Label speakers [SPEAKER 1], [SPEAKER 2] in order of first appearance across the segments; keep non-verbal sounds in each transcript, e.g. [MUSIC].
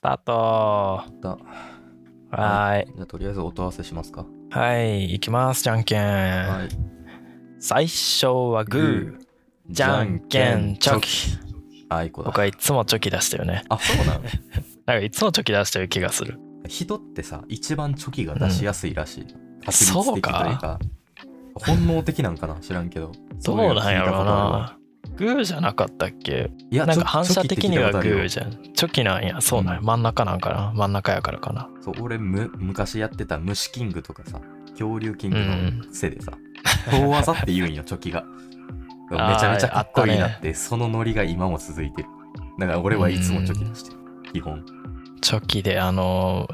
[SPEAKER 1] タート
[SPEAKER 2] だ
[SPEAKER 1] はーい
[SPEAKER 2] じゃあとりあえず音合わせしますか。
[SPEAKER 1] はい行きますじゃんけん、
[SPEAKER 2] はい。
[SPEAKER 1] 最初はグーじゃんけんチョキ
[SPEAKER 2] あいこだ。
[SPEAKER 1] 僕はいつもチョキ出してるね
[SPEAKER 2] あ、そう
[SPEAKER 1] な
[SPEAKER 2] なの
[SPEAKER 1] んかいつもチョキ出してる気がする
[SPEAKER 2] 人ってさ、一番チョキが出しやすいらしい。確率的
[SPEAKER 1] そうか
[SPEAKER 2] というか。本能的なんかな知ら
[SPEAKER 1] [LAUGHS]
[SPEAKER 2] んけど。
[SPEAKER 1] どう
[SPEAKER 2] いの
[SPEAKER 1] なん
[SPEAKER 2] 聞い
[SPEAKER 1] や
[SPEAKER 2] たこ
[SPEAKER 1] ろう
[SPEAKER 2] とあるわ。
[SPEAKER 1] なグーじゃなかったっけ
[SPEAKER 2] いや、
[SPEAKER 1] なん
[SPEAKER 2] チ
[SPEAKER 1] か
[SPEAKER 2] ョキ
[SPEAKER 1] 反射的にはグー
[SPEAKER 2] チョキって聞いたことあるよ
[SPEAKER 1] じゃんチョキなんやそうなんや、
[SPEAKER 2] うん
[SPEAKER 1] 真ん中なんかな真ん中やからかな
[SPEAKER 2] そう、俺む、昔やってた虫キングとかさ、恐竜キングの背でさ、
[SPEAKER 1] [LAUGHS]
[SPEAKER 2] 大技って言うんよ、チョキが。めち
[SPEAKER 1] あー
[SPEAKER 2] ゃめちゃかっこいいな
[SPEAKER 1] あっ
[SPEAKER 2] ったて、そのノリが今も続いてる。だから俺はいつもチョキ出してる。基本。
[SPEAKER 1] チョキであの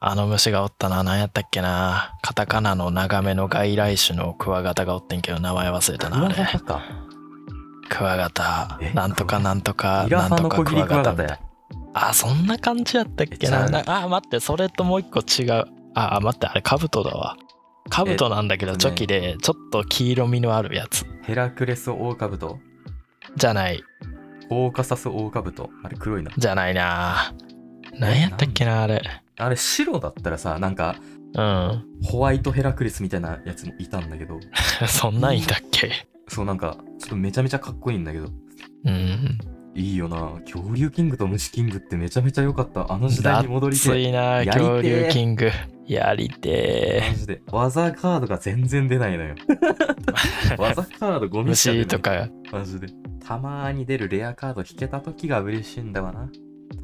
[SPEAKER 1] あの虫がおったな何やったっけなカタカナの長めの外来種のクワガタがおってんけど名前忘れたなあ
[SPEAKER 2] クワガ
[SPEAKER 1] れ
[SPEAKER 2] タか。
[SPEAKER 1] クワガタ
[SPEAKER 2] え
[SPEAKER 1] なんとかなんとか
[SPEAKER 2] イ
[SPEAKER 1] な
[SPEAKER 2] ラフ
[SPEAKER 1] ん
[SPEAKER 2] ァ
[SPEAKER 1] と
[SPEAKER 2] の
[SPEAKER 1] か
[SPEAKER 2] 小切
[SPEAKER 1] ク
[SPEAKER 2] り
[SPEAKER 1] ワ
[SPEAKER 2] クワ
[SPEAKER 1] ガタ
[SPEAKER 2] ガ
[SPEAKER 1] み
[SPEAKER 2] タ
[SPEAKER 1] たいな
[SPEAKER 2] や。
[SPEAKER 1] あそんな感じやったっけな
[SPEAKER 2] えちゃ
[SPEAKER 1] な
[SPEAKER 2] う
[SPEAKER 1] あ待ってそれともう一個違うあ待ってあれカブトだわカブトなんだけ
[SPEAKER 2] え
[SPEAKER 1] ど
[SPEAKER 2] っ
[SPEAKER 1] チ
[SPEAKER 2] と
[SPEAKER 1] ョ
[SPEAKER 2] ね
[SPEAKER 1] キでちょっと黄色みのあるやつ
[SPEAKER 2] ヘラクレスオオカブト、
[SPEAKER 1] じゃない
[SPEAKER 2] オーカサスオオカブト。あれ黒いな。
[SPEAKER 1] じゃないな何やったっけなあれ
[SPEAKER 2] あれ白だったらさ、なんか
[SPEAKER 1] うん [LAUGHS]
[SPEAKER 2] ホワイトヘラクレスみたいなやつもいたんだけど、
[SPEAKER 1] そんなんいたっけ
[SPEAKER 2] そうなんかちょっとめちゃめちゃかっこいいんだけど、
[SPEAKER 1] うん
[SPEAKER 2] いいよな。恐竜キングと虫キングってめちゃめちゃ良かった。あの時代に戻り
[SPEAKER 1] 熱
[SPEAKER 2] てえ。
[SPEAKER 1] いな
[SPEAKER 2] やりてえ
[SPEAKER 1] 恐竜キングやり
[SPEAKER 2] マ
[SPEAKER 1] て
[SPEAKER 2] ジで。技カードが全然出
[SPEAKER 1] [LAUGHS]
[SPEAKER 2] ないのよ。技カードゴ
[SPEAKER 1] え
[SPEAKER 2] ミしか出な
[SPEAKER 1] 虫
[SPEAKER 2] い
[SPEAKER 1] と。か
[SPEAKER 2] マジで。たまーに出るレアカード引けた時が嬉しいんだわな。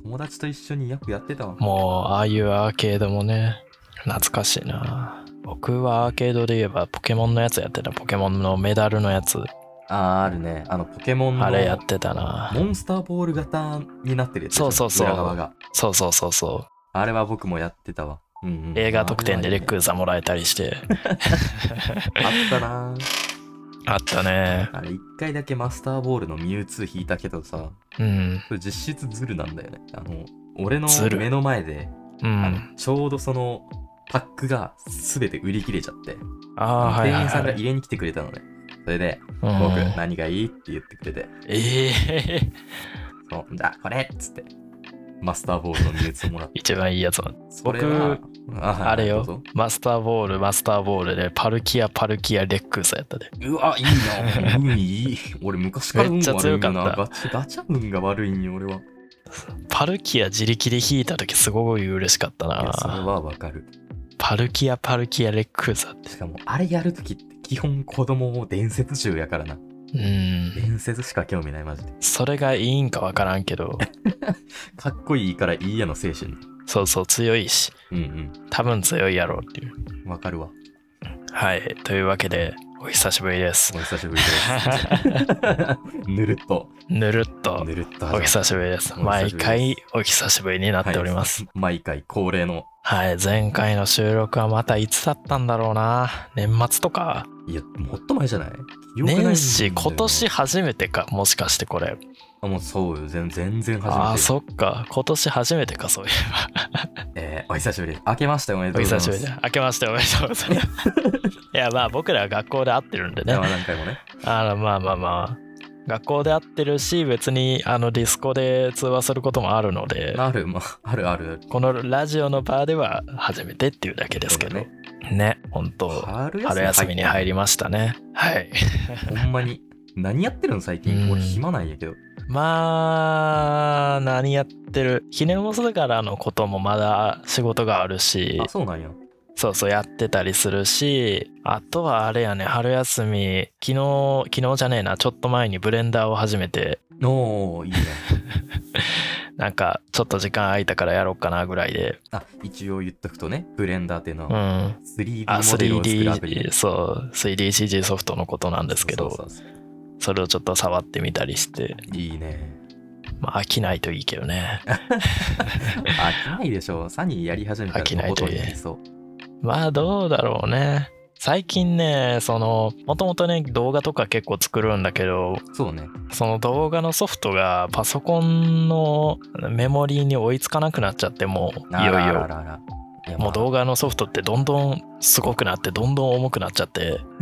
[SPEAKER 2] 友達と一緒によくやってたわ。
[SPEAKER 1] もうああいうアーケードもね懐かしいな僕はアーケードで言えばポケモンのやつやってたポケモンのメダルのやつ
[SPEAKER 2] あー、あるね。あの、ポケモンの
[SPEAKER 1] あれやってたな
[SPEAKER 2] モンスターボール型になってるやつでしょ。
[SPEAKER 1] そうそうそう
[SPEAKER 2] 裏側が。
[SPEAKER 1] そうそうそうそ
[SPEAKER 2] あれは僕もやってたわ。うんうん
[SPEAKER 1] う映画特典でレック
[SPEAKER 2] あ
[SPEAKER 1] ーザもらえたりして
[SPEAKER 2] れはいいねあったな
[SPEAKER 1] [LAUGHS] あったね
[SPEAKER 2] あれ、一回だけマスターボールのミュウツー引いたけどさ、
[SPEAKER 1] うん
[SPEAKER 2] それ実質ズルなんだよね。あの、俺の
[SPEAKER 1] ズル
[SPEAKER 2] 目の前で、
[SPEAKER 1] う
[SPEAKER 2] あの
[SPEAKER 1] ん
[SPEAKER 2] ちょうどそのパックが全て売り切れちゃって、
[SPEAKER 1] ああはい
[SPEAKER 2] 店
[SPEAKER 1] はい
[SPEAKER 2] 員さん
[SPEAKER 1] は
[SPEAKER 2] が
[SPEAKER 1] い
[SPEAKER 2] 入れに来てくれたのね。それで、僕、
[SPEAKER 1] うん
[SPEAKER 2] 何がいいって言ってくれて、
[SPEAKER 1] ええ。
[SPEAKER 2] そう、じゃあこれっつって、マスターボールのミュウツーもらっ
[SPEAKER 1] [LAUGHS]
[SPEAKER 2] て
[SPEAKER 1] 一番いいやつは
[SPEAKER 2] それは、あ
[SPEAKER 1] あれ
[SPEAKER 2] どうぞ
[SPEAKER 1] よマスターボールマスターボールでパルキアパルキアレックーザやったで
[SPEAKER 2] うわ、いい
[SPEAKER 1] [LAUGHS]
[SPEAKER 2] な。運いい。俺、昔から運
[SPEAKER 1] めっちゃ
[SPEAKER 2] 悪い
[SPEAKER 1] 強
[SPEAKER 2] んだ
[SPEAKER 1] か
[SPEAKER 2] な。
[SPEAKER 1] った
[SPEAKER 2] ガチガチャ運が悪いんよ、俺は。い
[SPEAKER 1] パルキア自力で引いた時すごい嬉しかった
[SPEAKER 2] や、それ
[SPEAKER 1] な
[SPEAKER 2] はわかる。
[SPEAKER 1] パルキアパルキアレックーザって
[SPEAKER 2] しかも、あれやるときって、基本子供を伝説中やからな。
[SPEAKER 1] うん
[SPEAKER 2] 伝説しか興味ない、マジで。
[SPEAKER 1] それがいいんかわからんけど
[SPEAKER 2] かっこいいからいいやの精神。
[SPEAKER 1] そうそう強いし
[SPEAKER 2] うん
[SPEAKER 1] 多分強いやろうっていう
[SPEAKER 2] うん。わかるわ。
[SPEAKER 1] はいというわけでお久しぶりです
[SPEAKER 2] お久しぶ
[SPEAKER 1] [LAUGHS]
[SPEAKER 2] りです。ぬるっと。
[SPEAKER 1] ぬるっと
[SPEAKER 2] ぬるっと
[SPEAKER 1] お久しぶりです
[SPEAKER 2] お久しぶりで
[SPEAKER 1] 毎
[SPEAKER 2] す
[SPEAKER 1] 回お久しぶりになっております、
[SPEAKER 2] はい毎回恒例の。
[SPEAKER 1] はい、前回の収録はまたいつだったんだろうな年末とか
[SPEAKER 2] いや、もっと前じゃない記憶ないんだよな
[SPEAKER 1] 年始今年初めてかもしかしてこれ
[SPEAKER 2] あ、もうそうよ。全全然初めてよ。
[SPEAKER 1] ああそっか今年初めてかそういう
[SPEAKER 2] えーお久しぶりです。明けましておめでと
[SPEAKER 1] お
[SPEAKER 2] うござい
[SPEAKER 1] 久
[SPEAKER 2] ます。
[SPEAKER 1] しぶりで明けましておめでとうござ
[SPEAKER 2] [LAUGHS]
[SPEAKER 1] いますいやまあ僕らは学校で会ってるんでね
[SPEAKER 2] まあ何回もね。
[SPEAKER 1] あのまあまあまあ学校で会ってるし別にあのディスコで通話することもあるので
[SPEAKER 2] ある、まあ、 [LAUGHS] あるある。
[SPEAKER 1] このラジオの場では初めてっていうだけですけど
[SPEAKER 2] そう
[SPEAKER 1] ね
[SPEAKER 2] だ
[SPEAKER 1] 本当
[SPEAKER 2] 春
[SPEAKER 1] 春休みに入りましたねはい
[SPEAKER 2] 入ってほんまに。何やってるの最
[SPEAKER 1] うん
[SPEAKER 2] 近。俺暇なんやけど。
[SPEAKER 1] まあ何やってるひねもすからのこともまだ仕事があるし
[SPEAKER 2] あ、そうなんや。
[SPEAKER 1] そうそうやってたりするしあとはあれやね春休み昨日昨日じゃねえなちょっと前にブレンダーを始めて
[SPEAKER 2] おー、いいね。
[SPEAKER 1] なんかちょっと時間空いたからやろうかなぐらいで
[SPEAKER 2] あ、一応言っとくとね、ブレンダーっていう
[SPEAKER 1] う
[SPEAKER 2] の
[SPEAKER 1] ん
[SPEAKER 2] は
[SPEAKER 1] あ
[SPEAKER 2] 3D モデルを作るアプリ
[SPEAKER 1] 3D そう 3DCG ソフトのことなんですけどそ
[SPEAKER 2] そうそうそう
[SPEAKER 1] れをちょっと触ってみたりして
[SPEAKER 2] いいね。
[SPEAKER 1] まあ飽きないといいけどね [LAUGHS]
[SPEAKER 2] 飽きないでしょ。サニーやり始めたら
[SPEAKER 1] 飽きないといいね
[SPEAKER 2] ことにりそう。
[SPEAKER 1] まあどうだろうね最近ねそのもともとね動画とか結構作るんだけど
[SPEAKER 2] そうね。
[SPEAKER 1] その動画のソフトがパソコンのメモリーに追いつかなくなっちゃってもうい
[SPEAKER 2] あ
[SPEAKER 1] よい
[SPEAKER 2] らあらあ
[SPEAKER 1] よ
[SPEAKER 2] らあら。いや
[SPEAKER 1] もう動画のソフトってどんどんすごくなってどんどん重くなっちゃって [LAUGHS]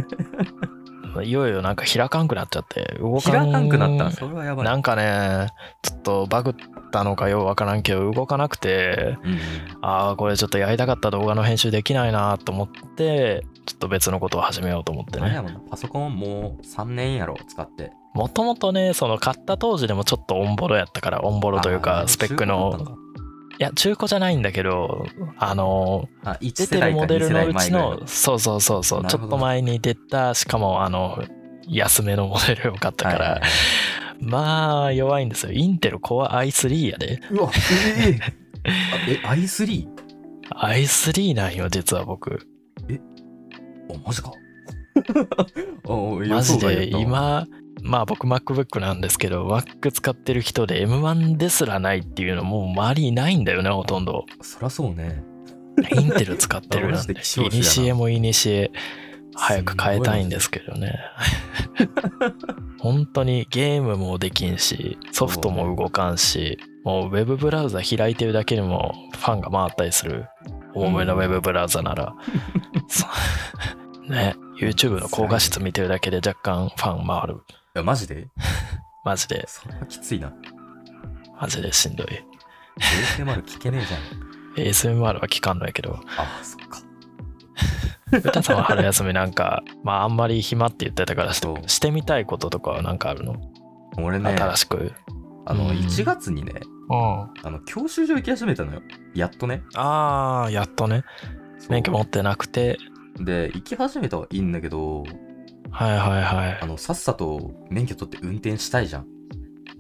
[SPEAKER 1] いよいよなんか開かんくなっちゃって動
[SPEAKER 2] 開
[SPEAKER 1] かん
[SPEAKER 2] かんくなった。それはやばい。
[SPEAKER 1] なんかねちょっとバグっったのかようわからんけど動かなくて
[SPEAKER 2] うんうん
[SPEAKER 1] ああこれちょっとやりたかった動画の編集できないなと思ってちょっと別のことを始めようと思って
[SPEAKER 2] なん
[SPEAKER 1] ね
[SPEAKER 2] やろなパソコンもう3年やろ使って
[SPEAKER 1] もともとねその買った当時でもちょっとオンボロやったからオンボロという
[SPEAKER 2] あ
[SPEAKER 1] か
[SPEAKER 2] ー
[SPEAKER 1] スペック
[SPEAKER 2] 中古
[SPEAKER 1] の
[SPEAKER 2] だった
[SPEAKER 1] いや中古じゃないんだけどあの
[SPEAKER 2] かあ1
[SPEAKER 1] 出
[SPEAKER 2] 世
[SPEAKER 1] てる
[SPEAKER 2] 代か
[SPEAKER 1] モデ
[SPEAKER 2] 2
[SPEAKER 1] ル
[SPEAKER 2] 世
[SPEAKER 1] の
[SPEAKER 2] 代
[SPEAKER 1] う
[SPEAKER 2] 前
[SPEAKER 1] ち
[SPEAKER 2] ぐらい
[SPEAKER 1] のそうそうそうそう
[SPEAKER 2] な
[SPEAKER 1] ち
[SPEAKER 2] る
[SPEAKER 1] ょ
[SPEAKER 2] ほど
[SPEAKER 1] っと前に出たしかもあの安めのモデルを買ったから、
[SPEAKER 2] はいはいはい
[SPEAKER 1] まあ弱いんですよインテル Core i3 やで
[SPEAKER 2] うわええ [LAUGHS] あえ i3?
[SPEAKER 1] i3 なんよ実は僕
[SPEAKER 2] お
[SPEAKER 1] [LAUGHS]
[SPEAKER 2] マジかお
[SPEAKER 1] マ
[SPEAKER 2] お
[SPEAKER 1] ジで
[SPEAKER 2] 予想外やったわ
[SPEAKER 1] 今まあ僕 MacBook なんですけど Mac 使ってる人で M1 ですらないっていうのもう周りいないんだよねほとん
[SPEAKER 2] [LAUGHS]
[SPEAKER 1] ど
[SPEAKER 2] そりゃそうね
[SPEAKER 1] インテル使ってるなんて
[SPEAKER 2] マジで希少
[SPEAKER 1] い
[SPEAKER 2] 種や
[SPEAKER 1] に
[SPEAKER 2] な
[SPEAKER 1] しえもいにしえ早く変えたいんですけどね本当にゲームもできんしソフトも動かんしもうウェブブラウザ開いてるだけでもファンが回ったりする重めのウェブブラウザなら、そうね YouTube の高画質見てるだけで若干ファン回る
[SPEAKER 2] いやマジで
[SPEAKER 1] マジで
[SPEAKER 2] それはきついな
[SPEAKER 1] マジでしんどい
[SPEAKER 2] ASMR 聞けねえ
[SPEAKER 1] [LAUGHS]
[SPEAKER 2] じゃん
[SPEAKER 1] ASMR は聞かんのやけど
[SPEAKER 2] あそっか
[SPEAKER 1] 歌さんは春休みなんか、まああんまり暇って言ってたからし
[SPEAKER 2] そう
[SPEAKER 1] してみたいこととかはなんかあるの、
[SPEAKER 2] 俺ね
[SPEAKER 1] 新しく。
[SPEAKER 2] あの
[SPEAKER 1] うん
[SPEAKER 2] 1月にね、
[SPEAKER 1] あ
[SPEAKER 2] あの教習所行き始めたのよやっとね
[SPEAKER 1] あー、やっとね。
[SPEAKER 2] そう
[SPEAKER 1] 免許持ってなくて。
[SPEAKER 2] で行き始めたはいいんだけど
[SPEAKER 1] はいはいは
[SPEAKER 2] あ
[SPEAKER 1] い。
[SPEAKER 2] のさっさと免許取って運転したいじゃん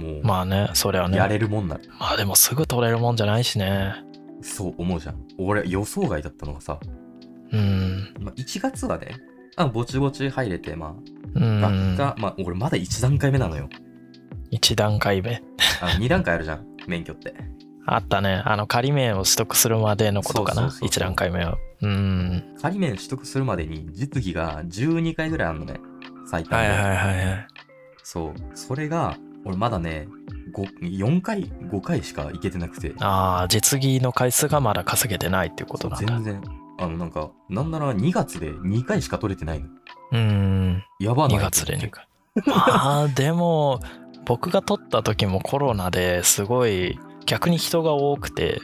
[SPEAKER 2] もう、
[SPEAKER 1] まあね、そりゃね。
[SPEAKER 2] やれるもんなら
[SPEAKER 1] まあでもすぐ取れるもんじゃないしね。
[SPEAKER 2] そう思うじゃん俺予想外だったのがさ、
[SPEAKER 1] うん。
[SPEAKER 2] まあ、1月はねあぼちぼち入れてま
[SPEAKER 1] う
[SPEAKER 2] あ
[SPEAKER 1] ん
[SPEAKER 2] 学。科、まあ俺まだ1段階目なのよ
[SPEAKER 1] 一段階目。
[SPEAKER 2] あ2 [LAUGHS] 段階あるじゃん免許って
[SPEAKER 1] あったね。あの、仮免を取得するまでのことか
[SPEAKER 2] そう
[SPEAKER 1] な
[SPEAKER 2] そうそう。そう
[SPEAKER 1] 一段階目は。うん。
[SPEAKER 2] 仮免取得するまでに実技が12回ぐらいあるのね最短
[SPEAKER 1] はい
[SPEAKER 2] で、
[SPEAKER 1] はいはいはい。
[SPEAKER 2] そうそれが俺まだね5 4回5回しか行けてなくて
[SPEAKER 1] ああ、実技の回数がまだ稼げてないっていうことなんだ。
[SPEAKER 2] 全然あのなんかなんなら2月で2回しか取れてないの
[SPEAKER 1] うん。
[SPEAKER 2] やばない
[SPEAKER 1] 2月で2回。まあでも僕が取った時もコロナですごい逆に人が多くて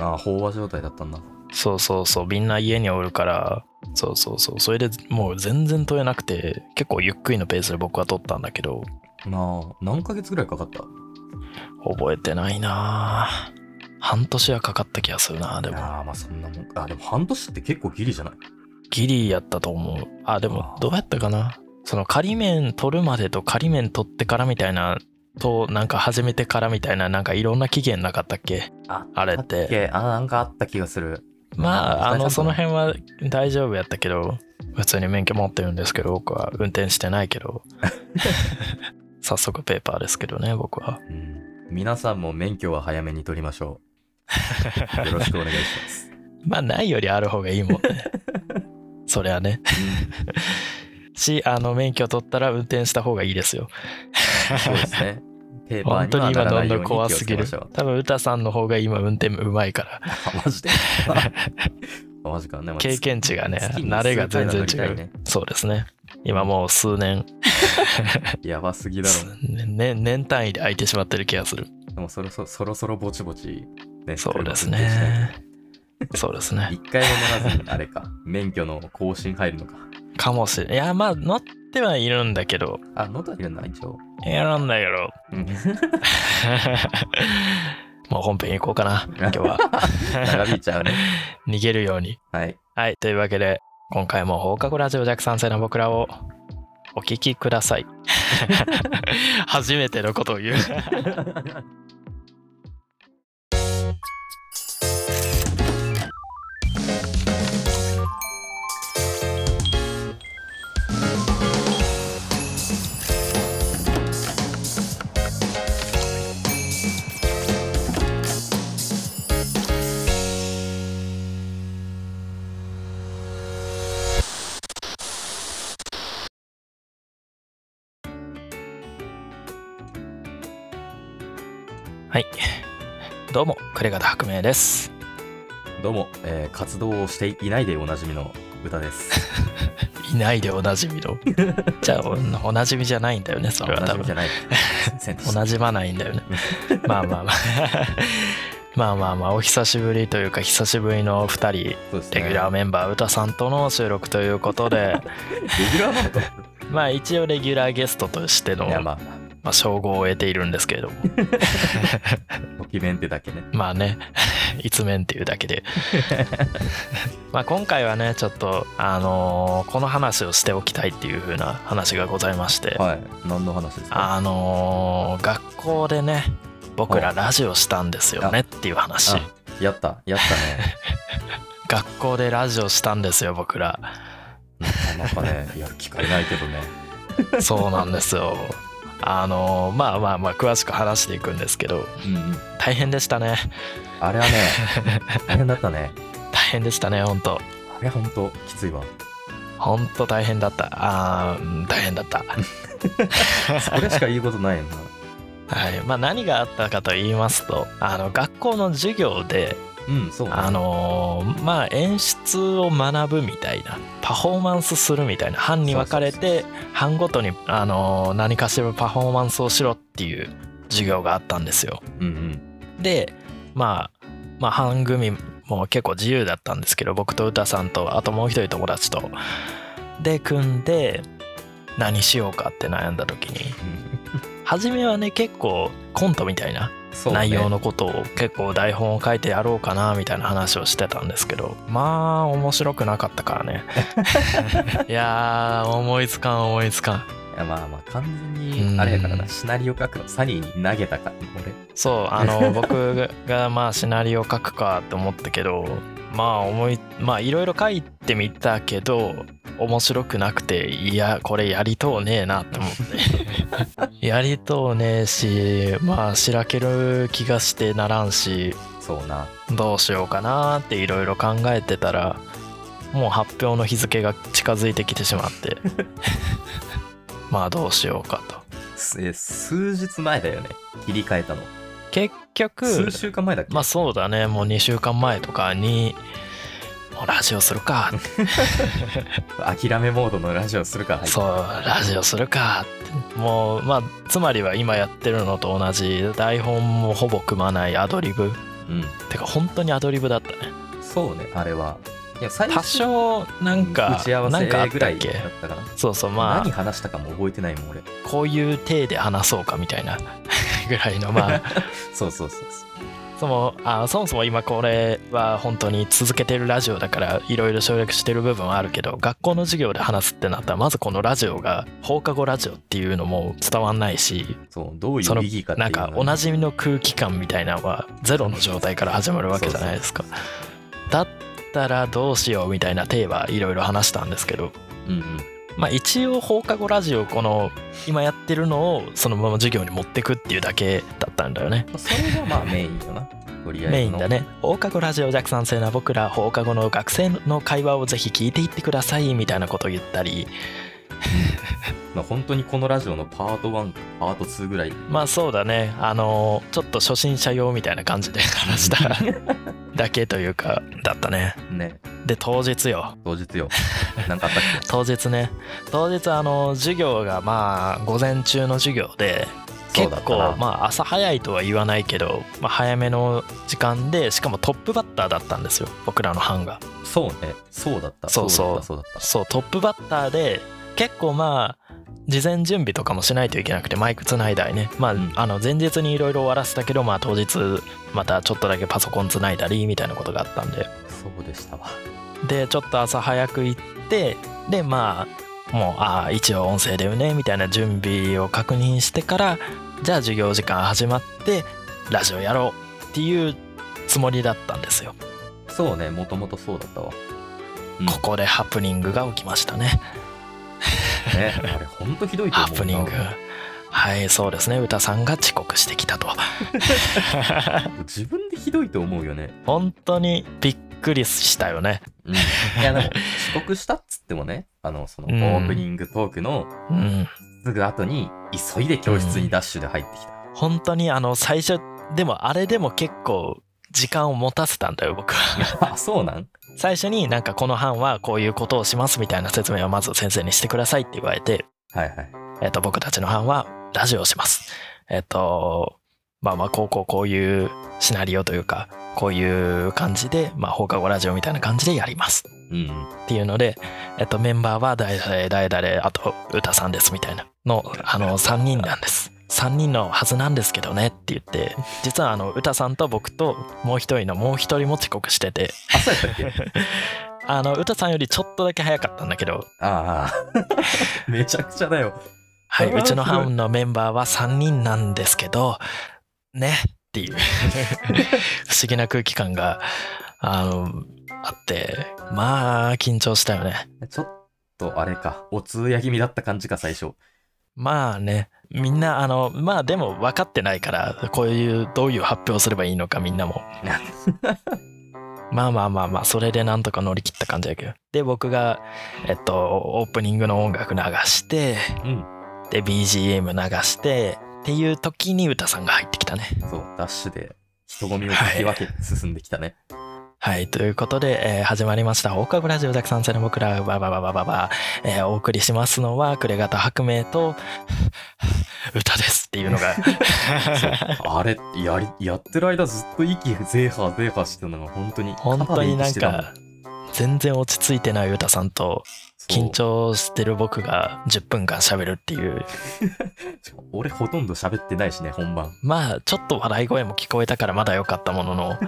[SPEAKER 2] ああ飽和状態だったんだ
[SPEAKER 1] そうそうそうみんな家におるからそうそうそうそれでもう全然取れなくて結構ゆっくりのペースで僕は取ったんだけど
[SPEAKER 2] なあ何ヶ月ぐらいかかった
[SPEAKER 1] 覚えてないなあ半年はかかった気がするなでも
[SPEAKER 2] ああまあそんなもんかあでも半年って結構ギリじゃない
[SPEAKER 1] ギリやったと思うあでも
[SPEAKER 2] あー
[SPEAKER 1] どうやったかなその仮面取るまでと仮面取ってからみたいなとなんか始めてからみたいななんかいろんな期限なかったっけ
[SPEAKER 2] あ
[SPEAKER 1] あれって
[SPEAKER 2] あなんかあった気がする
[SPEAKER 1] まあ、あの、その
[SPEAKER 2] 辺
[SPEAKER 1] 辺は大丈夫やったけど、普通に免許持ってるんですけど、僕は運転してないけ
[SPEAKER 2] [LAUGHS]
[SPEAKER 1] ど。早速ペーパーですけどね、僕は。
[SPEAKER 2] うん、皆さんも免許は早めに取りましょ
[SPEAKER 1] [LAUGHS]
[SPEAKER 2] う。よろしくお願いします。
[SPEAKER 1] まあ、ないよりある方がいいもんね。
[SPEAKER 2] [LAUGHS]
[SPEAKER 1] そりゃね。し、あの、免許取ったら運転した方がいいですよ。
[SPEAKER 2] そうですね。ペーパ
[SPEAKER 1] 本
[SPEAKER 2] ーに
[SPEAKER 1] 当
[SPEAKER 2] は
[SPEAKER 1] に
[SPEAKER 2] な
[SPEAKER 1] 今
[SPEAKER 2] ら
[SPEAKER 1] ど
[SPEAKER 2] なんい
[SPEAKER 1] ど
[SPEAKER 2] ようんに
[SPEAKER 1] 怖
[SPEAKER 2] 気を
[SPEAKER 1] す
[SPEAKER 2] つ
[SPEAKER 1] ぎ
[SPEAKER 2] けま
[SPEAKER 1] る
[SPEAKER 2] しょう。
[SPEAKER 1] 多分、歌さんの方が今運転うまいから。
[SPEAKER 2] あマ
[SPEAKER 1] [LAUGHS]
[SPEAKER 2] ジで。あマジかね。まあ
[SPEAKER 1] 経験値がね、
[SPEAKER 2] 月に
[SPEAKER 1] 慣れが全然
[SPEAKER 2] 数
[SPEAKER 1] 違
[SPEAKER 2] 回は
[SPEAKER 1] う。
[SPEAKER 2] 乗りたいね
[SPEAKER 1] そうですね。今もう数年、
[SPEAKER 2] やばすぎだろ。
[SPEAKER 1] ね年単位で空いてしまってる気がする。
[SPEAKER 2] でもそろそろそろそろぼちぼち、ね。
[SPEAKER 1] そうです
[SPEAKER 2] 車運転しない
[SPEAKER 1] ね。そうです
[SPEAKER 2] と。
[SPEAKER 1] ね。
[SPEAKER 2] 一回も乗らずに、あれか、免許の更新入るのか。
[SPEAKER 1] かもしれない。いや、まあ、乗ってはいるんだけど、
[SPEAKER 2] あ、乗ったらいるんだ、一応。
[SPEAKER 1] やらんだけど。 [LAUGHS]
[SPEAKER 2] うん。
[SPEAKER 1] もう本編行こうかな、今日は。
[SPEAKER 2] 長引いちゃうね。
[SPEAKER 1] 逃げるように。 [LAUGHS]
[SPEAKER 2] はい。
[SPEAKER 1] はい、というわけで、今回も放課後ラジオ弱酸性の僕らをお聞きください。 [LAUGHS] 初めてのことを言う。 [LAUGHS] はい。どうも、呉方白明です。
[SPEAKER 2] どうも、えー活動をしていないでおなじみの歌です。
[SPEAKER 1] いないでおなじみの。 [LAUGHS] じゃあ、おおなじみじゃないんだよね、そ
[SPEAKER 2] あ
[SPEAKER 1] れは
[SPEAKER 2] おな
[SPEAKER 1] 多
[SPEAKER 2] じみ
[SPEAKER 1] 分 [LAUGHS]
[SPEAKER 2] じゃ。ない。すいませんでした
[SPEAKER 1] 同じまないんだよね。まあまあまあまあまあまあお久しぶりというか久しぶりの2人レ
[SPEAKER 2] そうです
[SPEAKER 1] ギ
[SPEAKER 2] ね。
[SPEAKER 1] ュラーメンバー歌さんとの収録ということ
[SPEAKER 2] [LAUGHS]
[SPEAKER 1] で
[SPEAKER 2] レギュラーなのか
[SPEAKER 1] まあ一応レギュラーゲストとしての、
[SPEAKER 2] いや、
[SPEAKER 1] ま
[SPEAKER 2] まあまあ、
[SPEAKER 1] あ、称号を得ているんですけれども
[SPEAKER 2] ドキュメンってだけね。
[SPEAKER 1] まあね [LAUGHS] いつめんっていうだけ
[SPEAKER 2] [LAUGHS]
[SPEAKER 1] でまあ今回はねちょっとあのーこの話をしておきたいっていう風な話がございまして、
[SPEAKER 2] はい。何の話ですか
[SPEAKER 1] あのー学校でね僕らラジオしたんですよねっていう話
[SPEAKER 2] あやった、やった
[SPEAKER 1] 学校でラジオしたんですよ僕ら
[SPEAKER 2] ね。なんかね、やる機会ないけどね。
[SPEAKER 1] そうなんですよあのーまあまあまあ詳しく話していくんですけど
[SPEAKER 2] うんうん。
[SPEAKER 1] 大変でしたね
[SPEAKER 2] あれはね、大変だったね。
[SPEAKER 1] 大変でしたね本当
[SPEAKER 2] あれは本当きついわ。
[SPEAKER 1] 本当大変だったあーうん大変だった
[SPEAKER 2] それしか言うことないよな。
[SPEAKER 1] はいまあ、何があったかと言いますとあの学校の授業で、
[SPEAKER 2] うん、そうね。
[SPEAKER 1] あのーまあ、演出を学ぶみたいなパフォーマンスするみたいな班に分かれて班ごとに、あのー何かしらパフォーマンスをしろっていう授業があったんですよ。
[SPEAKER 2] うん
[SPEAKER 1] で、まあ、まあ班組も結構自由だったんですけど僕と歌さんとあともう一人友達とで組んで何しようかって悩んだ時
[SPEAKER 2] [LAUGHS]
[SPEAKER 1] に
[SPEAKER 2] うん。
[SPEAKER 1] 初めはね結構コントみたいな
[SPEAKER 2] そうね
[SPEAKER 1] 内容のことを結構台本を書いてやろうかなみたいな話をしてたんですけどまあ面白くなかったから
[SPEAKER 2] [LAUGHS]
[SPEAKER 1] ねいやー思いつかん思いつかん
[SPEAKER 2] いやまあまあ完全にあれやから
[SPEAKER 1] う
[SPEAKER 2] なんシナリオ書くのサニーに投げたから俺
[SPEAKER 1] そうあの僕がまあシナリオ書くかと思ったけどまあ思いまあいろいろ書いてみたけど面白くなくていやこれやりとうねえなと思ってやりとうねえしまあしらける気がしてならんし
[SPEAKER 2] そうな
[SPEAKER 1] どうしようかなっていろいろ考えてたらもう発表の日付が近づいてきてしまってまあどうしようかと
[SPEAKER 2] すえ数日前だよね切り替えたの
[SPEAKER 1] 結局
[SPEAKER 2] 数週間前だっけ、
[SPEAKER 1] まあそうだねもう2週間前とかにもうラジオするか、
[SPEAKER 2] 諦めモードのラジオするから入った
[SPEAKER 1] そうラジオするかってもうまあつまりは今やってるのと同じ台本もほぼ組まないアドリブ
[SPEAKER 2] う
[SPEAKER 1] てか本当にアドリブだったね
[SPEAKER 2] んそうねあれはいや最
[SPEAKER 1] 多
[SPEAKER 2] 初
[SPEAKER 1] 少なんか
[SPEAKER 2] 打ち合わ
[SPEAKER 1] なんかあ
[SPEAKER 2] せ
[SPEAKER 1] っ
[SPEAKER 2] ぐ
[SPEAKER 1] た
[SPEAKER 2] ら
[SPEAKER 1] っ
[SPEAKER 2] い
[SPEAKER 1] け
[SPEAKER 2] だったかな
[SPEAKER 1] そうそうまあ
[SPEAKER 2] 何話したかも覚えてないもん俺
[SPEAKER 1] こういう体で話そうかみたいな [LAUGHS] ぐらいのまあ
[SPEAKER 2] そうそうそう
[SPEAKER 1] そもあそもそも今これは本当に続けてるラジオだからいろいろ省略してる部分はあるけど学校の授業で話すってなったらまずこのラジオが放課後ラジオっていうのも伝わんないし
[SPEAKER 2] そうそうどうい
[SPEAKER 1] そうの
[SPEAKER 2] 意義かってい
[SPEAKER 1] なん
[SPEAKER 2] うのが
[SPEAKER 1] かおなじみの空気感みたいなのはゼロの状態から始まるわけじゃないですか。だったらどうしようみたいなテーマいろいろ話したんですけど
[SPEAKER 2] うんうん
[SPEAKER 1] まあ、一応放課後ラジオこの今やってるのをそのまま授業に持ってくっていうだけだったんだよね
[SPEAKER 2] それがまあメインだなとりあえずの
[SPEAKER 1] メインだね放課後ラジオ弱酸性な僕ら放課後の学生の会話をぜひ聞いていってくださいみたいなことを言ったり
[SPEAKER 2] まあ本当にこのラジオのパート1かパート2ぐらい
[SPEAKER 1] まあそうだねあのちょっと初心者用みたいな感じで話しただけというかだったね
[SPEAKER 2] ね
[SPEAKER 1] で当日よ
[SPEAKER 2] 当
[SPEAKER 1] [LAUGHS]
[SPEAKER 2] 日よなんかあったっ
[SPEAKER 1] 当日ね当日あの授業がまあ午前中の授業で
[SPEAKER 2] けそう
[SPEAKER 1] 結
[SPEAKER 2] だったな
[SPEAKER 1] 構まあ朝早いとは言わないけど、まあ、早めの時間でしかもトップバッターだったんですよ僕らの班が
[SPEAKER 2] そうねそうだった
[SPEAKER 1] そうそう
[SPEAKER 2] そうだったそ
[SPEAKER 1] そうトップバッターで結構まあ事前準備とかもしないといけなくてマイクつないだりね、まあ
[SPEAKER 2] うん
[SPEAKER 1] あの前日にいろいろ終わらせたけど、まあ、当日またちょっとだけパソコンつないだりみたいなことがあったんで
[SPEAKER 2] うだったそうでしたわ
[SPEAKER 1] でちょっと朝早く行ってでまあもうああ一応音声だよねみたいな準備を確認してからじゃあ授業時間始まってラジオやろうっていうつもりだったんですよ。
[SPEAKER 2] そうねもともとそうだったわうん
[SPEAKER 1] ここでハプニングが起きましたね。
[SPEAKER 2] ねあれほんとひどいと
[SPEAKER 1] ハ
[SPEAKER 2] 思うな
[SPEAKER 1] プニング。はい、そうですね。歌さんが遅刻してきたと。
[SPEAKER 2] 自分でひどいと思うよね
[SPEAKER 1] 本当にびっくりしたよね。
[SPEAKER 2] う
[SPEAKER 1] [LAUGHS]
[SPEAKER 2] んいやでも遅刻したっつってもねあのそのオ
[SPEAKER 1] うん
[SPEAKER 2] ープニングトークの
[SPEAKER 1] うん。
[SPEAKER 2] すぐ後に急いで教室にダッシュで入ってきた、
[SPEAKER 1] 本当にあの最初、でもあれでも結構時間を持たせたんだよ、僕は。 [LAUGHS]
[SPEAKER 2] あそうなん
[SPEAKER 1] 最初になんかこの班はこういうことをしますみたいな説明をまず先生にしてくださいって言われて、
[SPEAKER 2] はいはい
[SPEAKER 1] えっと、僕たちの班はラジオをします。えっと、まあまあこうこうこういうシナリオというかこういう感じで、まあ、放課後ラジオみたいな感じでやります
[SPEAKER 2] うん
[SPEAKER 1] っていうので、えっと、メンバーは誰々誰々あと歌さんですみたいなのあの3人なんです3人のはずなんですけどねって言って実はあの歌さんと僕ともう一人のもう一人も遅刻してて
[SPEAKER 2] あそうやったっけ
[SPEAKER 1] [LAUGHS] あの歌さんよりちょっとだけ早かったんだけど、
[SPEAKER 2] ああ [LAUGHS] めちゃくちゃだよ
[SPEAKER 1] は
[SPEAKER 2] う
[SPEAKER 1] い、
[SPEAKER 2] わ
[SPEAKER 1] うちの
[SPEAKER 2] すごい
[SPEAKER 1] 班のメンバーは3人なんですけどねっていう不思議な空気感があのあってまあ緊張したよね。
[SPEAKER 2] ちょっとあれかお通夜気味だった感じか最初
[SPEAKER 1] まあねみんなあのまあでも分かってないからこういうどういう発表をすればいいのかみんなもまあまあまあまあそれでなんとか乗り切った感じだけどで僕がえっとオープニングの音楽流して
[SPEAKER 2] うん
[SPEAKER 1] で BGM 流してっていう時に歌さんが入ってきたね
[SPEAKER 2] そうダッシュで人混みをかき分けて進んできたね、
[SPEAKER 1] はいということで、えー始まりました「放課後ラジオ弱酸性の僕らババババババ」えーお送りしますのは暮れ方白明と [LAUGHS] 歌ですっていうのが
[SPEAKER 2] そうあれやりやってる間ずっと息ゼーハーゼーハーしてたのが本当に
[SPEAKER 1] 本当になん
[SPEAKER 2] 肩で息してたも
[SPEAKER 1] か全然落ち着いてない歌さんと緊張してる僕が10分間喋るっていう
[SPEAKER 2] そうしかも俺ほとんど喋ってないしね本番
[SPEAKER 1] まあちょっと笑い声も聞こえたからまだ良かったもの [LAUGHS] の
[SPEAKER 2] 来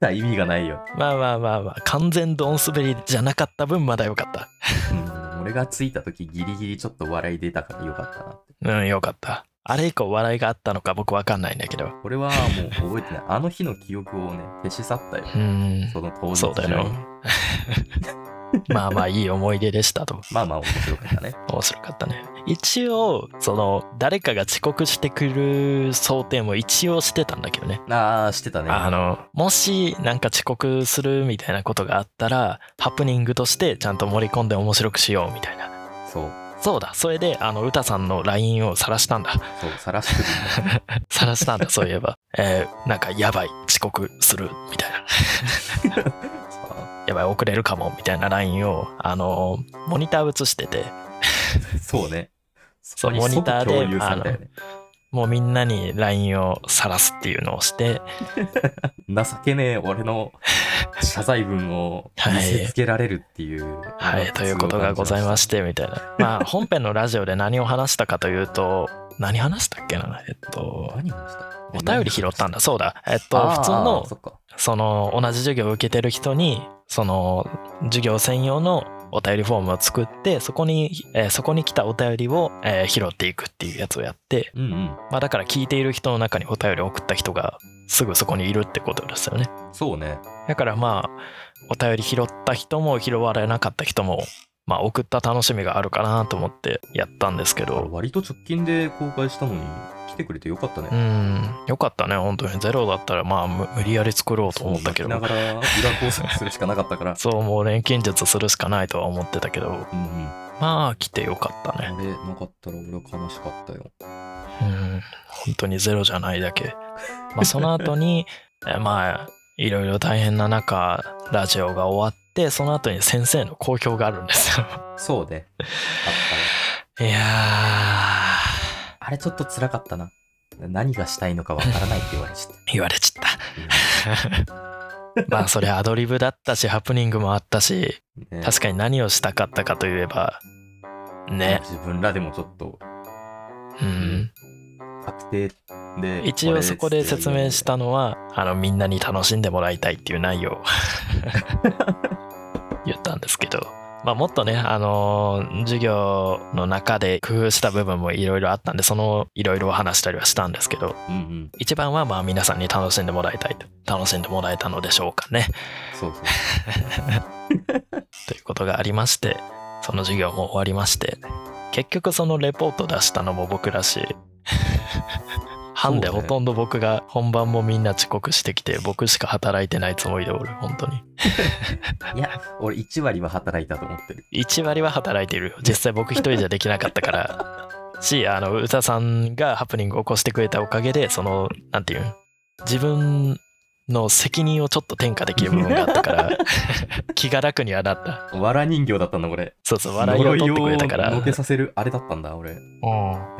[SPEAKER 2] た意味がないよ、
[SPEAKER 1] まあまあまあまあ完全ドン滑りじゃなかった分まだ良かっ
[SPEAKER 2] うん、俺が着いた時ギリギリちょっと笑い出たからよかったなって
[SPEAKER 1] たうん良かったあれ以降笑いがあったのか僕わかんないんだけど
[SPEAKER 2] これはもう覚
[SPEAKER 1] [LAUGHS]
[SPEAKER 2] えてないあの日の記憶をね消し去ったよ
[SPEAKER 1] うん
[SPEAKER 2] その当日
[SPEAKER 1] そうだ
[SPEAKER 2] 中
[SPEAKER 1] よ
[SPEAKER 2] に
[SPEAKER 1] ねまあまあいい思い出でしたと
[SPEAKER 2] まあまあ面白かったね
[SPEAKER 1] 面白かったね一応その誰かが遅刻してくる想定も一応してたんだけどね
[SPEAKER 2] ああしてたね
[SPEAKER 1] あのもしなんか遅刻するみたいなことがあったらハプニングとしてちゃんと盛り込んで面白くしようみたいな
[SPEAKER 2] そう
[SPEAKER 1] そうだそれであの歌さんの LINE を晒したんだ [LAUGHS]
[SPEAKER 2] そうさらしてくるんだ
[SPEAKER 1] 晒したん [LAUGHS] だそういえばえーなんかやばい遅刻するみたいな [LAUGHS]
[SPEAKER 2] さ
[SPEAKER 1] やばい遅れるかもみたいな LINE をあのモニター映してて
[SPEAKER 2] あそうね
[SPEAKER 1] そう
[SPEAKER 2] こに即
[SPEAKER 1] モニターで
[SPEAKER 2] 共有されたよね
[SPEAKER 1] もうみんなに LINE を晒すっていうのをして
[SPEAKER 2] 情けねえ俺の謝罪文を見せつけられるっていう、
[SPEAKER 1] はい、ということがございま
[SPEAKER 2] し
[SPEAKER 1] してみたいな。まあ本編のラジオで何を話したかというと何話したっけなえっと
[SPEAKER 2] 何をした
[SPEAKER 1] お便り拾ったんだそうだえっと
[SPEAKER 2] あー
[SPEAKER 1] 普通の
[SPEAKER 2] そっか
[SPEAKER 1] その同じ授業を受けてる人にその授業専用のお便りフォームを作ってそこに、えーそこに来たお便りを、えー拾っていくっていうやつをやって、
[SPEAKER 2] うんうん
[SPEAKER 1] まあ、だから聞いている人の中にお便りを送った人がすぐそこにいるってことですよね
[SPEAKER 2] そうね
[SPEAKER 1] だからまあお便り拾った人も拾われなかった人も、まあ、送った楽しみがあるかなと思ってやったんですけど
[SPEAKER 2] 割と直近で公開したのに来てくれてよかったね、
[SPEAKER 1] うんよかったね本当にゼロだったらまあむ無理やり作ろうと思ったけど
[SPEAKER 2] そう泣きながら裏工作するしかなかったから
[SPEAKER 1] [LAUGHS] そうもう錬金術するしかないとは思ってたけど
[SPEAKER 2] うんうん
[SPEAKER 1] まあ来てよかったね
[SPEAKER 2] あれなかったら俺は悲しかったよ
[SPEAKER 1] うん本当にゼロじゃないだけまあその後に [LAUGHS] えまあいろいろ大変な中ラジオが終わってその後に先生の好評があるんですよ
[SPEAKER 2] そうねあったね
[SPEAKER 1] いやー
[SPEAKER 2] あれちょっと辛かったな何がしたいのかわからないって言われちゃった
[SPEAKER 1] 言われちゃった。まあそれアドリブだったしハプニングもあったし
[SPEAKER 2] うん
[SPEAKER 1] [LAUGHS]
[SPEAKER 2] ね
[SPEAKER 1] 確かに何をしたかったかといえばね
[SPEAKER 2] 自分らでもちょっと
[SPEAKER 1] うん
[SPEAKER 2] 確定で
[SPEAKER 1] 一応そこで説明したのはあのみんなに楽しんでもらいたいっていう内容を言ったんですけど、まあ、もっとねあのー授業の中で工夫した部分もいろいろあったんでそのいろいろ話したりはしたんですけど
[SPEAKER 2] うんうん
[SPEAKER 1] 一番はまあ皆さんに楽しんでもらいたいと楽しんでもらえたのでしょうかね
[SPEAKER 2] そうそう
[SPEAKER 1] ということがありましてその授業も終わりまして結局そのレポート出したのも僕ら [LAUGHS] し班で
[SPEAKER 2] そうね
[SPEAKER 1] ほとんど僕が本番もみんな遅刻してきて僕しか働いてないつもりでおる本当に
[SPEAKER 2] いや [LAUGHS] 俺1割は働いたと思ってる
[SPEAKER 1] 1割は働いてるよ実際僕一人じゃできなかったから [LAUGHS] しあの歌さんがハプニングを起こしてくれたおかげでそのなんていうん自分の責任をちょっと転嫁できる部分があったから [LAUGHS] 気が楽にはなった
[SPEAKER 2] わら人形だったんだこれ
[SPEAKER 1] そうそう笑いを取ってくれたから
[SPEAKER 2] 呪いをのけさせるあれだったんだ俺い
[SPEAKER 1] うん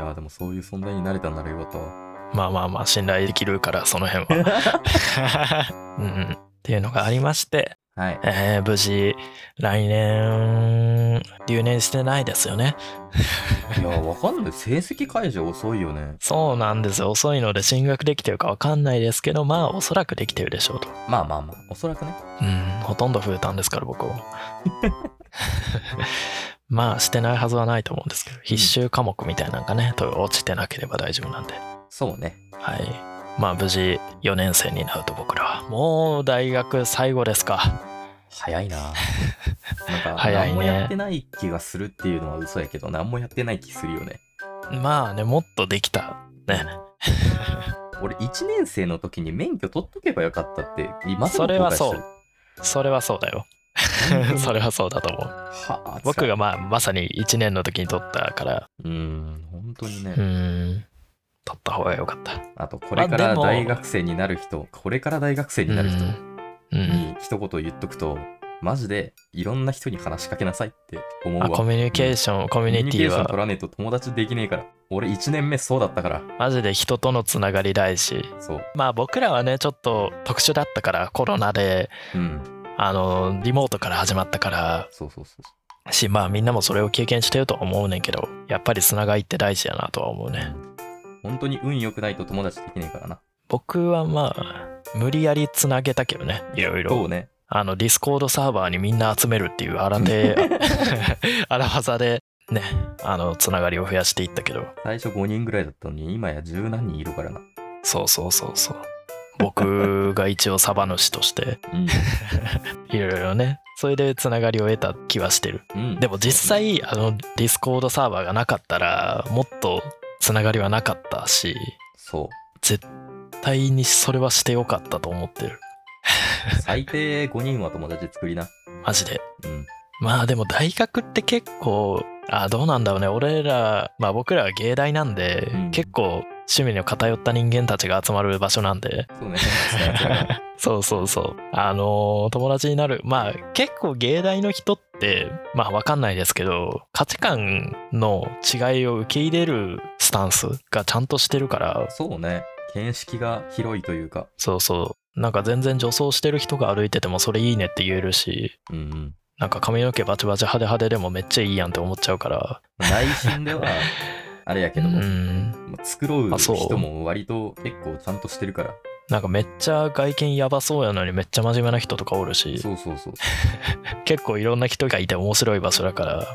[SPEAKER 2] やでもそういう存在になれたんならよかったわ
[SPEAKER 1] まあまあまあ信頼できるからその辺は、うん、っていうのがありまして、
[SPEAKER 2] はい。
[SPEAKER 1] えー無事来年留年してないですよね
[SPEAKER 2] いや、わかんない。成績解除遅いよね。
[SPEAKER 1] そうなんですよ遅いので進学できてるかわかんないですけどまあおそらくできてるでしょうと
[SPEAKER 2] まあまあまあ、おそらくね。
[SPEAKER 1] うんほとんど増えたんですから僕はまあしてないはずはないと思うんですけど必修科目みたいなんかねと落ちてなければ大丈夫なんで
[SPEAKER 2] そうね。
[SPEAKER 1] はい。まあ無事4年生になると僕らはもう大学最後ですか。[LAUGHS]
[SPEAKER 2] 早いななんか、
[SPEAKER 1] 早いね
[SPEAKER 2] 何もやってない気がするっていうのは嘘やけど、何もやってない気するよね。
[SPEAKER 1] まあねもっとできたね。
[SPEAKER 2] 俺、1年生の時に免許取っとけばよかったって、今。
[SPEAKER 1] それはそうそれはそうだ
[SPEAKER 2] [LAUGHS]
[SPEAKER 1] よ。それはそうだと思う。
[SPEAKER 2] はあ、
[SPEAKER 1] 僕がまあまさに1年の時に取ったから、
[SPEAKER 2] うーん、本当にね。
[SPEAKER 1] うーん取った方が良かった。
[SPEAKER 2] あと、これか
[SPEAKER 1] まあ
[SPEAKER 2] ら
[SPEAKER 1] でも
[SPEAKER 2] 大学生になる人、これから大学生になる人
[SPEAKER 1] うんうん。
[SPEAKER 2] に一言言っとくと、マジでいろんな人に話しかけなさいって思う
[SPEAKER 1] あ
[SPEAKER 2] わ。
[SPEAKER 1] コミュニケーション、コ
[SPEAKER 2] コ
[SPEAKER 1] ミ
[SPEAKER 2] ミ
[SPEAKER 1] ュ
[SPEAKER 2] ュ
[SPEAKER 1] ニ
[SPEAKER 2] ニ
[SPEAKER 1] ティ
[SPEAKER 2] ケーション取
[SPEAKER 1] は
[SPEAKER 2] らねえと友達できねえから。俺1年目そうだったから。
[SPEAKER 1] マジで人とのつながり大事
[SPEAKER 2] そう。
[SPEAKER 1] まあ僕らはねちょっと特殊だったからコロナで
[SPEAKER 2] うん。
[SPEAKER 1] あのリモートから始まったから
[SPEAKER 2] そうそうそうそ
[SPEAKER 1] しまあみんなもそれを経験してるとは思うねんけどやっぱりつながりって大事やなとは思う
[SPEAKER 2] う。
[SPEAKER 1] ね
[SPEAKER 2] 本当に運良くないと友達できねえからな。
[SPEAKER 1] 僕はまあ無理やりつなげたけどねいろい
[SPEAKER 2] そ
[SPEAKER 1] ろ
[SPEAKER 2] うね。
[SPEAKER 1] あのディスコードサーバーにみんな集めるっていう荒手 [LAUGHS] 荒技でねあのつながりを増やしていったけど
[SPEAKER 2] 最初5人ぐらいだったのに、今や十何人いるからな。
[SPEAKER 1] そうそうそうそう僕が一応サバ主として [LAUGHS]
[SPEAKER 2] うん。
[SPEAKER 1] いろいろねそれでつながりを得た気はしてる
[SPEAKER 2] うん、
[SPEAKER 1] でも実際あのディスコードサーバーがなかったらもっとつながりはなかったし
[SPEAKER 2] そ
[SPEAKER 1] 絶対にそれはしてよかったと思ってる
[SPEAKER 2] う。最低5人は友達作りな。
[SPEAKER 1] マジで
[SPEAKER 2] うん。
[SPEAKER 1] まあでも大学って結構あどうなんだろうね俺らまあ僕らは芸大なんで、
[SPEAKER 2] うん
[SPEAKER 1] 結構趣味の偏った人間たちが集まる場所なんで
[SPEAKER 2] そうね。変な奴らが
[SPEAKER 1] そうそうそうあのー友達になるまあ結構芸大の人ってまあわかんないですけど価値観の違いを受け入れるスタンスがちゃんとしてるから
[SPEAKER 2] [LAUGHS] そうね。見識が広いというか。
[SPEAKER 1] そうそうなんか全然女装してる人が歩いててもそれいいねって言えるし
[SPEAKER 2] うんうん。
[SPEAKER 1] なんか髪の毛バチバチ派手派手でもめっちゃいいやんって思っちゃうから。
[SPEAKER 2] 内心では
[SPEAKER 1] [LAUGHS]
[SPEAKER 2] あれやけども、
[SPEAKER 1] ん。
[SPEAKER 2] まあ作ろう
[SPEAKER 1] あそう
[SPEAKER 2] 人も割と結構ちゃんとしてるから
[SPEAKER 1] なんかめっちゃ外見やばそうやのにめっちゃ真面目な人とかおるし、
[SPEAKER 2] そうそうそう、
[SPEAKER 1] 結構いろんな人がいて面白い場所だから、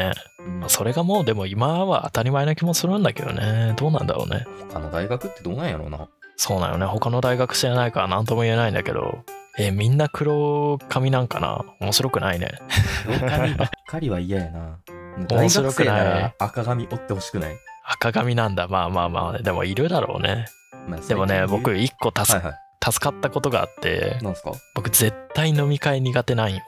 [SPEAKER 1] ね。
[SPEAKER 2] うん
[SPEAKER 1] まあそれがもうでも今は当たり前な気もするんだけどね。どうなんだろうね。
[SPEAKER 2] 他の大学ってどうなんやろ
[SPEAKER 1] [LAUGHS]
[SPEAKER 2] うな
[SPEAKER 1] そうなのね。他の大学知らないから何とも言えないんだけど、え、みんな黒髪なんかな面白くないね。
[SPEAKER 2] 黒髪ばっかりは嫌やな
[SPEAKER 1] 面
[SPEAKER 2] 大学
[SPEAKER 1] 白く
[SPEAKER 2] 生
[SPEAKER 1] ない
[SPEAKER 2] なら赤髪折ってほしくない、
[SPEAKER 1] 赤髪なんだ。まあまあまあ。でもいるだろうね。
[SPEAKER 2] まあ
[SPEAKER 1] でもね、
[SPEAKER 2] 最近
[SPEAKER 1] 僕
[SPEAKER 2] 言う
[SPEAKER 1] 一個助,、
[SPEAKER 2] はいはい
[SPEAKER 1] 助かったことがあって、
[SPEAKER 2] なんすか
[SPEAKER 1] 僕絶対飲み会苦手なんよ。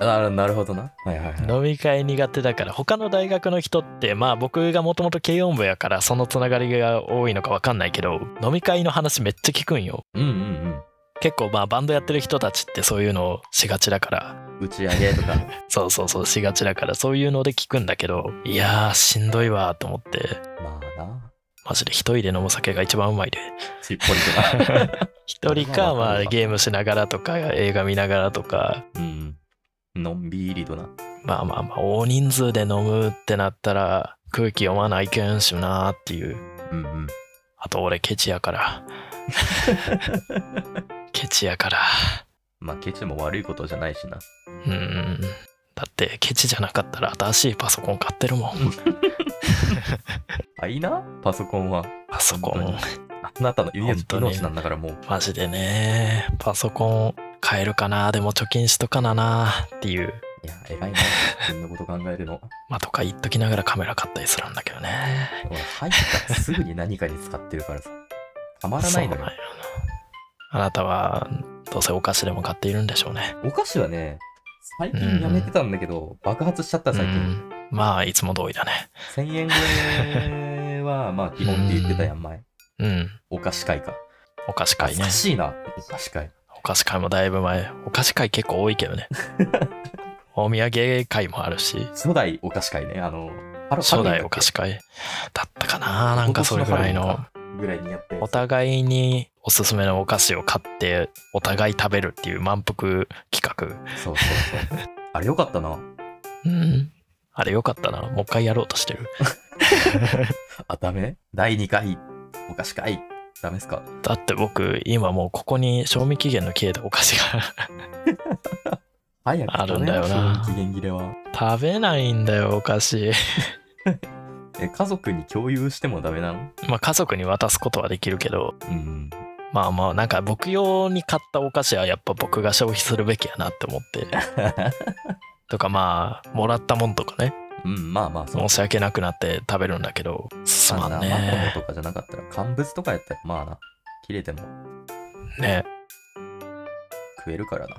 [SPEAKER 2] あなるほどなはいはいはい
[SPEAKER 1] 飲み会苦手だから他の大学の人ってまあ僕がもともと軽音部やからそのつながりが多いのか分かんないけど飲み会の話めっちゃ聞くんよ
[SPEAKER 2] うんうん
[SPEAKER 1] 結構まあバンドやってる人たちってそういうのをしがちだから
[SPEAKER 2] うん打ち上げ
[SPEAKER 1] [LAUGHS]
[SPEAKER 2] とか
[SPEAKER 1] そうそうそうしがちだからそういうので聞くんだけどいやーしんどいわーと思って
[SPEAKER 2] まあな
[SPEAKER 1] マジで一人で飲む酒が一番うまいで
[SPEAKER 2] ちっぽりとか [LAUGHS]
[SPEAKER 1] 一人かまあゲームしながらとか映画見ながらとか
[SPEAKER 2] うんのんびりとな
[SPEAKER 1] まあまあまあ大人数で飲むってなったら空気読まないけんしゅなーっていう
[SPEAKER 2] うんうん
[SPEAKER 1] あと俺ケチや
[SPEAKER 2] [LAUGHS]
[SPEAKER 1] から。ケチやから。
[SPEAKER 2] まあケチも悪いことじゃないしな
[SPEAKER 1] うん。だってケチじゃなかったら新しいパソコン買ってるもん。
[SPEAKER 2] あいいなパソコンは
[SPEAKER 1] パソコ
[SPEAKER 2] 本当
[SPEAKER 1] ン
[SPEAKER 2] に。あなたの
[SPEAKER 1] 本当に
[SPEAKER 2] 命なんだからもう
[SPEAKER 1] マジでね。パソコン買えるかな。でも貯金しとかなな。っていう。
[SPEAKER 2] いや、偉いな。自分のこと考えるの。
[SPEAKER 1] まあとか言っときながらカメラ買ったりするんだけどね。
[SPEAKER 2] 俺、入ったらすぐに何かに使ってるからさ。たまらないの
[SPEAKER 1] そう
[SPEAKER 2] よ
[SPEAKER 1] んよ。あなたはどうせお菓子でも買っているんでしょうね。
[SPEAKER 2] お菓子はね、最近やめてたんだけど、爆発しちゃった
[SPEAKER 1] う
[SPEAKER 2] 最近。
[SPEAKER 1] ん。まあいつも通りだね。
[SPEAKER 2] 1000円超えは、まあ、基本って言ってたやん、前。
[SPEAKER 1] うん。
[SPEAKER 2] お菓子会か。
[SPEAKER 1] お菓子会ね
[SPEAKER 2] 懐か。しいな、お菓子会。
[SPEAKER 1] お菓子会もだいぶ前。お菓子会結構多いけどね。お土産会もあるし。
[SPEAKER 2] 初代お菓子会ね、あの、パロ
[SPEAKER 1] 初
[SPEAKER 2] パロ
[SPEAKER 1] 代お菓子会だったかななんかそれぐらいの。
[SPEAKER 2] ぐらいにやって
[SPEAKER 1] お互いにおすすめのお菓子を買ってお互い食べるっていう満腹企
[SPEAKER 2] そうそうそうあれよかったな
[SPEAKER 1] 画うんあれよかったなもう一回やろうとしてる
[SPEAKER 2] あダメ第2回お菓子会ダメっすか
[SPEAKER 1] だって僕今もうここに賞味期限の切れたお菓子が [LAUGHS]
[SPEAKER 2] 早く
[SPEAKER 1] あるんだよな
[SPEAKER 2] 賞味期限切れは
[SPEAKER 1] 食べないんだよお菓子
[SPEAKER 2] え家族に共有してもダメなの
[SPEAKER 1] まあ家族に渡すことはできるけど
[SPEAKER 2] うん
[SPEAKER 1] まあまあなんか僕用に買ったお菓子はやっぱ僕が消費するべきやなって思って
[SPEAKER 2] [LAUGHS]
[SPEAKER 1] とかまあもらったもんとかね
[SPEAKER 2] うんまあまあそう
[SPEAKER 1] 申し訳なくなって食べるんだけどすまん
[SPEAKER 2] まあなマ
[SPEAKER 1] ね
[SPEAKER 2] コモとかじゃなかったら乾物とかやったらまあな切れても
[SPEAKER 1] ね
[SPEAKER 2] 食えるからな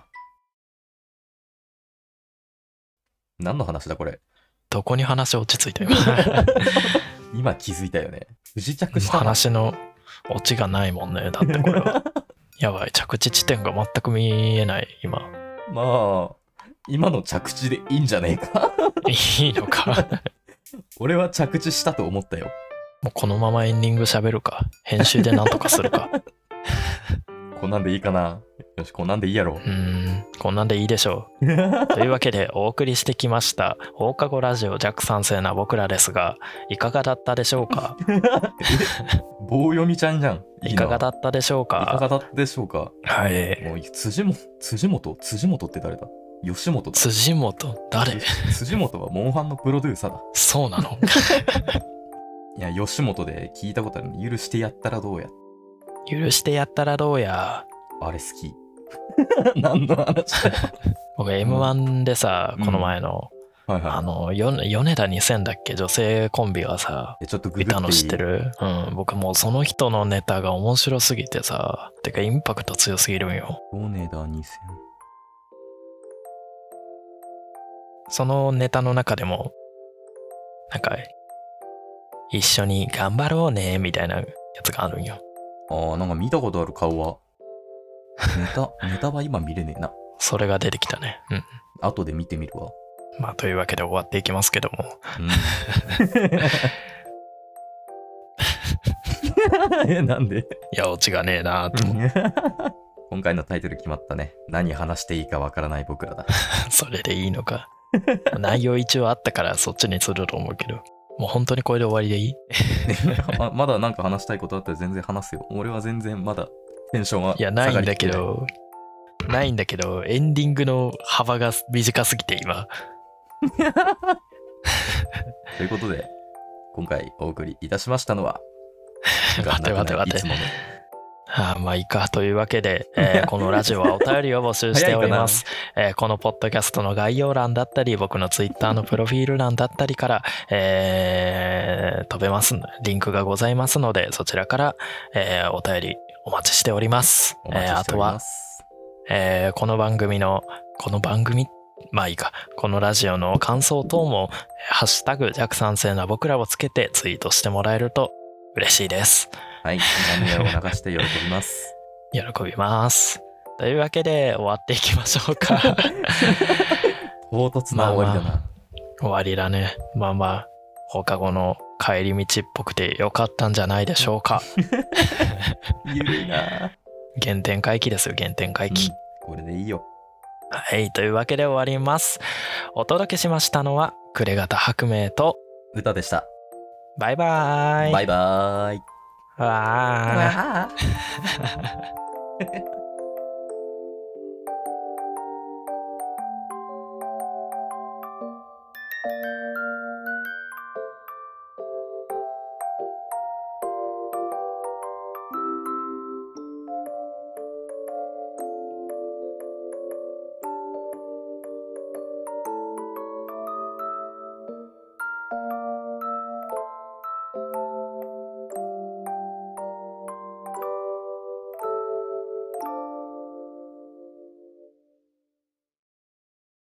[SPEAKER 2] 何の話だこれ
[SPEAKER 1] どこに話落ち着い
[SPEAKER 2] [LAUGHS]
[SPEAKER 1] た今
[SPEAKER 2] 今気づいたよね不時着したな
[SPEAKER 1] 話のオチがないもんねだってこれ
[SPEAKER 2] [LAUGHS]
[SPEAKER 1] はやばい着地地点が全く見えない今
[SPEAKER 2] まあ今の着地でいいんじゃねえか [LAUGHS]
[SPEAKER 1] いいのか
[SPEAKER 2] 俺は着地したと思ったよ
[SPEAKER 1] もうこのままエンディング喋るか編集でなんとかするか
[SPEAKER 2] こんなんでいいかなよしこんなんでいいやろ
[SPEAKER 1] うーんこんなんでいいでしょ [LAUGHS] うというわけでお送りしてきました放課後ラジオ弱酸性な僕らですがいかがだったでしょうか
[SPEAKER 2] 棒読みちゃんじゃんい
[SPEAKER 1] いかがだ
[SPEAKER 2] っ
[SPEAKER 1] ったでしょう
[SPEAKER 2] たいか
[SPEAKER 1] か
[SPEAKER 2] がだったでしょうか
[SPEAKER 1] はい
[SPEAKER 2] もう辻も辻本辻本って誰だ吉本
[SPEAKER 1] [LAUGHS]
[SPEAKER 2] だ
[SPEAKER 1] 辻元誰
[SPEAKER 2] 辻本はモンハンのプロデューサーだ
[SPEAKER 1] そうな
[SPEAKER 2] [LAUGHS]
[SPEAKER 1] の
[SPEAKER 2] いや、吉本で聞いたことあるの。許してやったらどうや。
[SPEAKER 1] 許してやったらどうや
[SPEAKER 2] あれ好き。 [LAUGHS] 何の話
[SPEAKER 1] [LAUGHS]
[SPEAKER 2] だよ
[SPEAKER 1] 僕 M1 でさ、
[SPEAKER 2] うん
[SPEAKER 1] この前の、
[SPEAKER 2] はい
[SPEAKER 1] あ
[SPEAKER 2] はい。
[SPEAKER 1] の、よ米田2000だっけ女性コンビがさ、
[SPEAKER 2] えちょっとググ
[SPEAKER 1] い
[SPEAKER 2] ってい
[SPEAKER 1] た
[SPEAKER 2] い
[SPEAKER 1] の知ってるうん、僕もうその人のネタが面白すぎてさ、てかインパクト強すぎるんよ。
[SPEAKER 2] オネダ2000。
[SPEAKER 1] そのネタの中でも、なんか、一緒に頑張ろうね、みたいなやつがあるんよ。
[SPEAKER 2] あー、なんか見たことある顔は。ネタ、ネタは今見れねえな。
[SPEAKER 1] それが出てきたね。うん。
[SPEAKER 2] 後で見てみるわ。
[SPEAKER 1] まあ、というわけで終わっていきますけども。 [LAUGHS]
[SPEAKER 2] うんえ、なんで
[SPEAKER 1] いや、オチがねえなと思って、
[SPEAKER 2] 今回のタイトル決まったね。何話していいかわからない僕
[SPEAKER 1] [LAUGHS]
[SPEAKER 2] らだ。
[SPEAKER 1] それでいいのか。内容一応あったからそっちにすると思うけど。もう本当にこれで終わりでいい
[SPEAKER 2] ままだなんか話したいことあったら全然話すよ。俺は全然まだテンションはい
[SPEAKER 1] や、ないんだけど、ないんだけど、エンディングの幅が短すぎて今。
[SPEAKER 2] ということで、今回お送りいたしましたのは、
[SPEAKER 1] [LAUGHS] 待て待て待
[SPEAKER 2] いつ
[SPEAKER 1] て。
[SPEAKER 2] もの
[SPEAKER 1] ああまあいいか。というわけで、え [LAUGHS] ーこのラジオはお便りを募集しております。えーこのポッドキャストの概要欄だったり、僕のツイッターのプロフィール欄だったりから、えー飛べます。リンクがございますので、そちらから、えーお便りお待ちしております。
[SPEAKER 2] お待
[SPEAKER 1] え
[SPEAKER 2] ち
[SPEAKER 1] ーあ
[SPEAKER 2] してお
[SPEAKER 1] と
[SPEAKER 2] り
[SPEAKER 1] は
[SPEAKER 2] ま、す。
[SPEAKER 1] えーこの番組の、この番組、まあいいか、このラジオの感想等も、えーハッシュタグ弱酸性な僕らをつけてツイートしてもらえると嬉しいです。
[SPEAKER 2] はい、涙を流して喜び
[SPEAKER 1] [LAUGHS]
[SPEAKER 2] ます。
[SPEAKER 1] 喜びます。というわけで終わっていきましょうか。
[SPEAKER 2] 唐突な終わりだな。
[SPEAKER 1] まあ終わりだね。まあまあ、放課後の帰り道っぽくてよかったんじゃないでしょうか。
[SPEAKER 2] ゆるいな、
[SPEAKER 1] [LAUGHS] 原点回帰ですよ、原点回
[SPEAKER 2] うん
[SPEAKER 1] 帰。
[SPEAKER 2] これでいいよ。
[SPEAKER 1] はい、というわけで終わります。お届けしましたのは、暮方白明と、
[SPEAKER 2] 歌でした。
[SPEAKER 1] バイバーイ。
[SPEAKER 2] バイバーイ。
[SPEAKER 1] わー
[SPEAKER 2] わー